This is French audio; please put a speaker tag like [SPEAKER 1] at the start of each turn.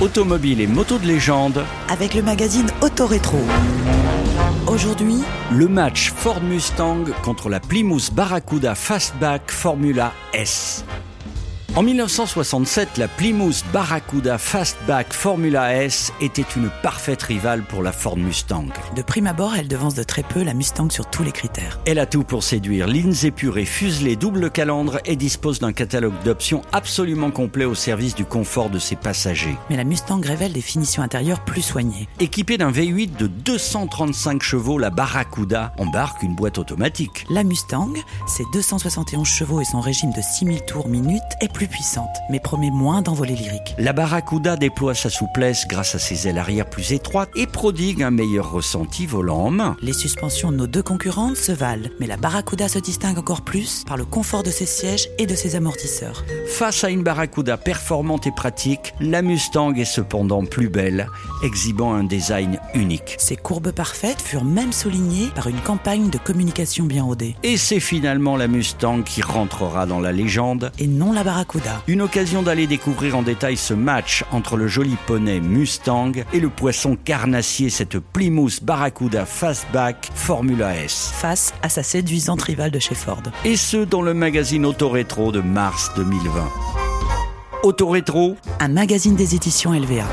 [SPEAKER 1] Automobiles et motos de légende,
[SPEAKER 2] avec le magazine Autorétro. Aujourd'hui,
[SPEAKER 1] le match Ford Mustang contre la Plymouth Barracuda Fastback Formula S. En 1967, la Plymouth Barracuda Fastback Formula S était une parfaite rivale pour la Ford Mustang.
[SPEAKER 2] de prime abord, elle devance de très peu la Mustang sur tous les critères.
[SPEAKER 1] Elle a tout pour séduire. Lignes épurées, fuselées, double calandre et dispose d'un catalogue d'options absolument complet au service du confort de ses passagers.
[SPEAKER 2] Mais la Mustang révèle des finitions intérieures plus soignées.
[SPEAKER 1] Équipée d'un V8 de 235 chevaux, la Barracuda embarque une boîte automatique.
[SPEAKER 2] La Mustang, ses 271 chevaux et son régime de 6000 tours minute, est plus puissante, mais promet moins d'envolées lyriques.
[SPEAKER 1] La Barracuda déploie sa souplesse grâce à ses ailes arrière plus étroites et prodigue un meilleur ressenti volant en main.
[SPEAKER 2] Les suspensions de nos deux concurrentes se valent, mais la Barracuda se distingue encore plus par le confort de ses sièges et de ses amortisseurs.
[SPEAKER 1] Face à une Barracuda performante et pratique, la Mustang est cependant plus belle, exhibant un design unique.
[SPEAKER 2] Ces courbes parfaites furent même soulignées par une campagne de communication bien rodée.
[SPEAKER 1] Et c'est finalement la Mustang qui rentrera dans la légende.
[SPEAKER 2] Et non la Barracuda.
[SPEAKER 1] Une occasion d'aller découvrir en détail ce match entre le joli poney Mustang et le poisson carnassier, cette Plymouth Barracuda Fastback Formula S.
[SPEAKER 2] face à sa séduisante rivale de chez Ford.
[SPEAKER 1] Et ce, dans le magazine Autorétro de mars 2020. Autorétro,
[SPEAKER 2] Un magazine des éditions LVA.